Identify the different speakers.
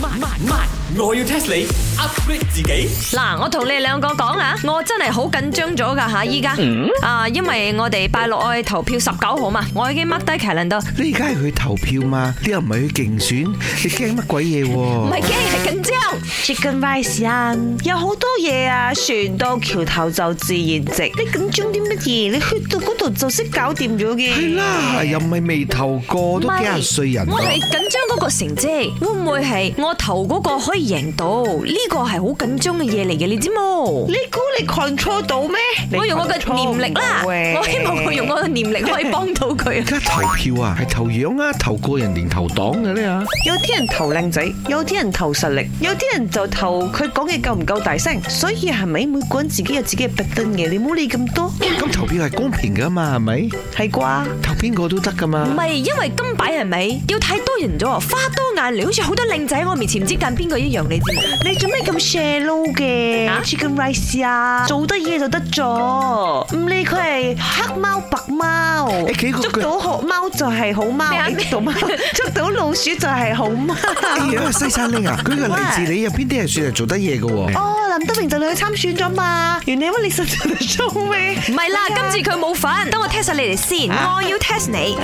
Speaker 1: 慢慢我要 test 你 upgrade 自己。
Speaker 2: 嗱，我同你兩個講啊，我真係好緊張咗噶
Speaker 3: 嗯
Speaker 2: 吓，依家啊，因為我哋拜六我去投票十九號嘛，我已經 mark 低 calendar，
Speaker 3: 你而家係去投票嘛？你又唔係去競選，你驚乜鬼嘢
Speaker 2: 唔係
Speaker 3: 喎？
Speaker 2: 驚係緊張。
Speaker 4: Chicken rice 啊，有好多嘢啊，船到橋頭就自然直。你緊張啲乜嘢？你去到嗰度就識搞掂咗
Speaker 3: 係
Speaker 4: 嘅。
Speaker 3: 啦，又唔係未投過，都幾廿歲人啊
Speaker 2: 唔係
Speaker 3: 啦
Speaker 2: 我。係緊張嗰個成績，會唔會係我投嗰個可以贏到？呢個係好緊張嘅嘢嚟嘅，你知冇
Speaker 4: 你？估你 control 到咩？
Speaker 2: 我用我
Speaker 4: 嘅
Speaker 2: 嘅念力
Speaker 3: 啊
Speaker 2: 啦，我希望我用我嘅念力可以幫到佢
Speaker 3: 而。家投票啊，係投樣啊，投個人定投黨嘅咧啊？
Speaker 4: 有啲人投靚仔，有啲人投實力，有啲人就投佢講嘢夠唔夠大聲。所以係咪每個人自己有自己嘅 b u 嘅？你唔好理咁多，
Speaker 3: 咁投票係公平噶嘛，係咪？
Speaker 4: 係啩？
Speaker 3: 投邊個都得噶嘛
Speaker 2: 唔？係，因為金擺係咪？要太多人咗，花多眼亂，好似好多靚仔喺我面前，唔知揀邊個一樣，你知冇？
Speaker 4: 你做咩咁 shallow 嘅
Speaker 2: 啊
Speaker 4: ？Chicken rice 啊，做得嘢就得咗，唔理佢係黑貓白貓
Speaker 3: 誒幾，個
Speaker 4: 捉到學貓就係好貓
Speaker 2: 咩啊，咩
Speaker 4: 捉到貓 捉到老鼠就係好 貓。
Speaker 3: 哎呀，西山拎 啊，舉個例子，你入邊啲人算係做得嘢嘅喎？
Speaker 4: 哦，林德榮就你去參選咗嘛？原來屈你實在做咩？
Speaker 3: 嗯
Speaker 2: 唔係啦，今次佢冇份，等我 test 下你哋先，我要 test 你。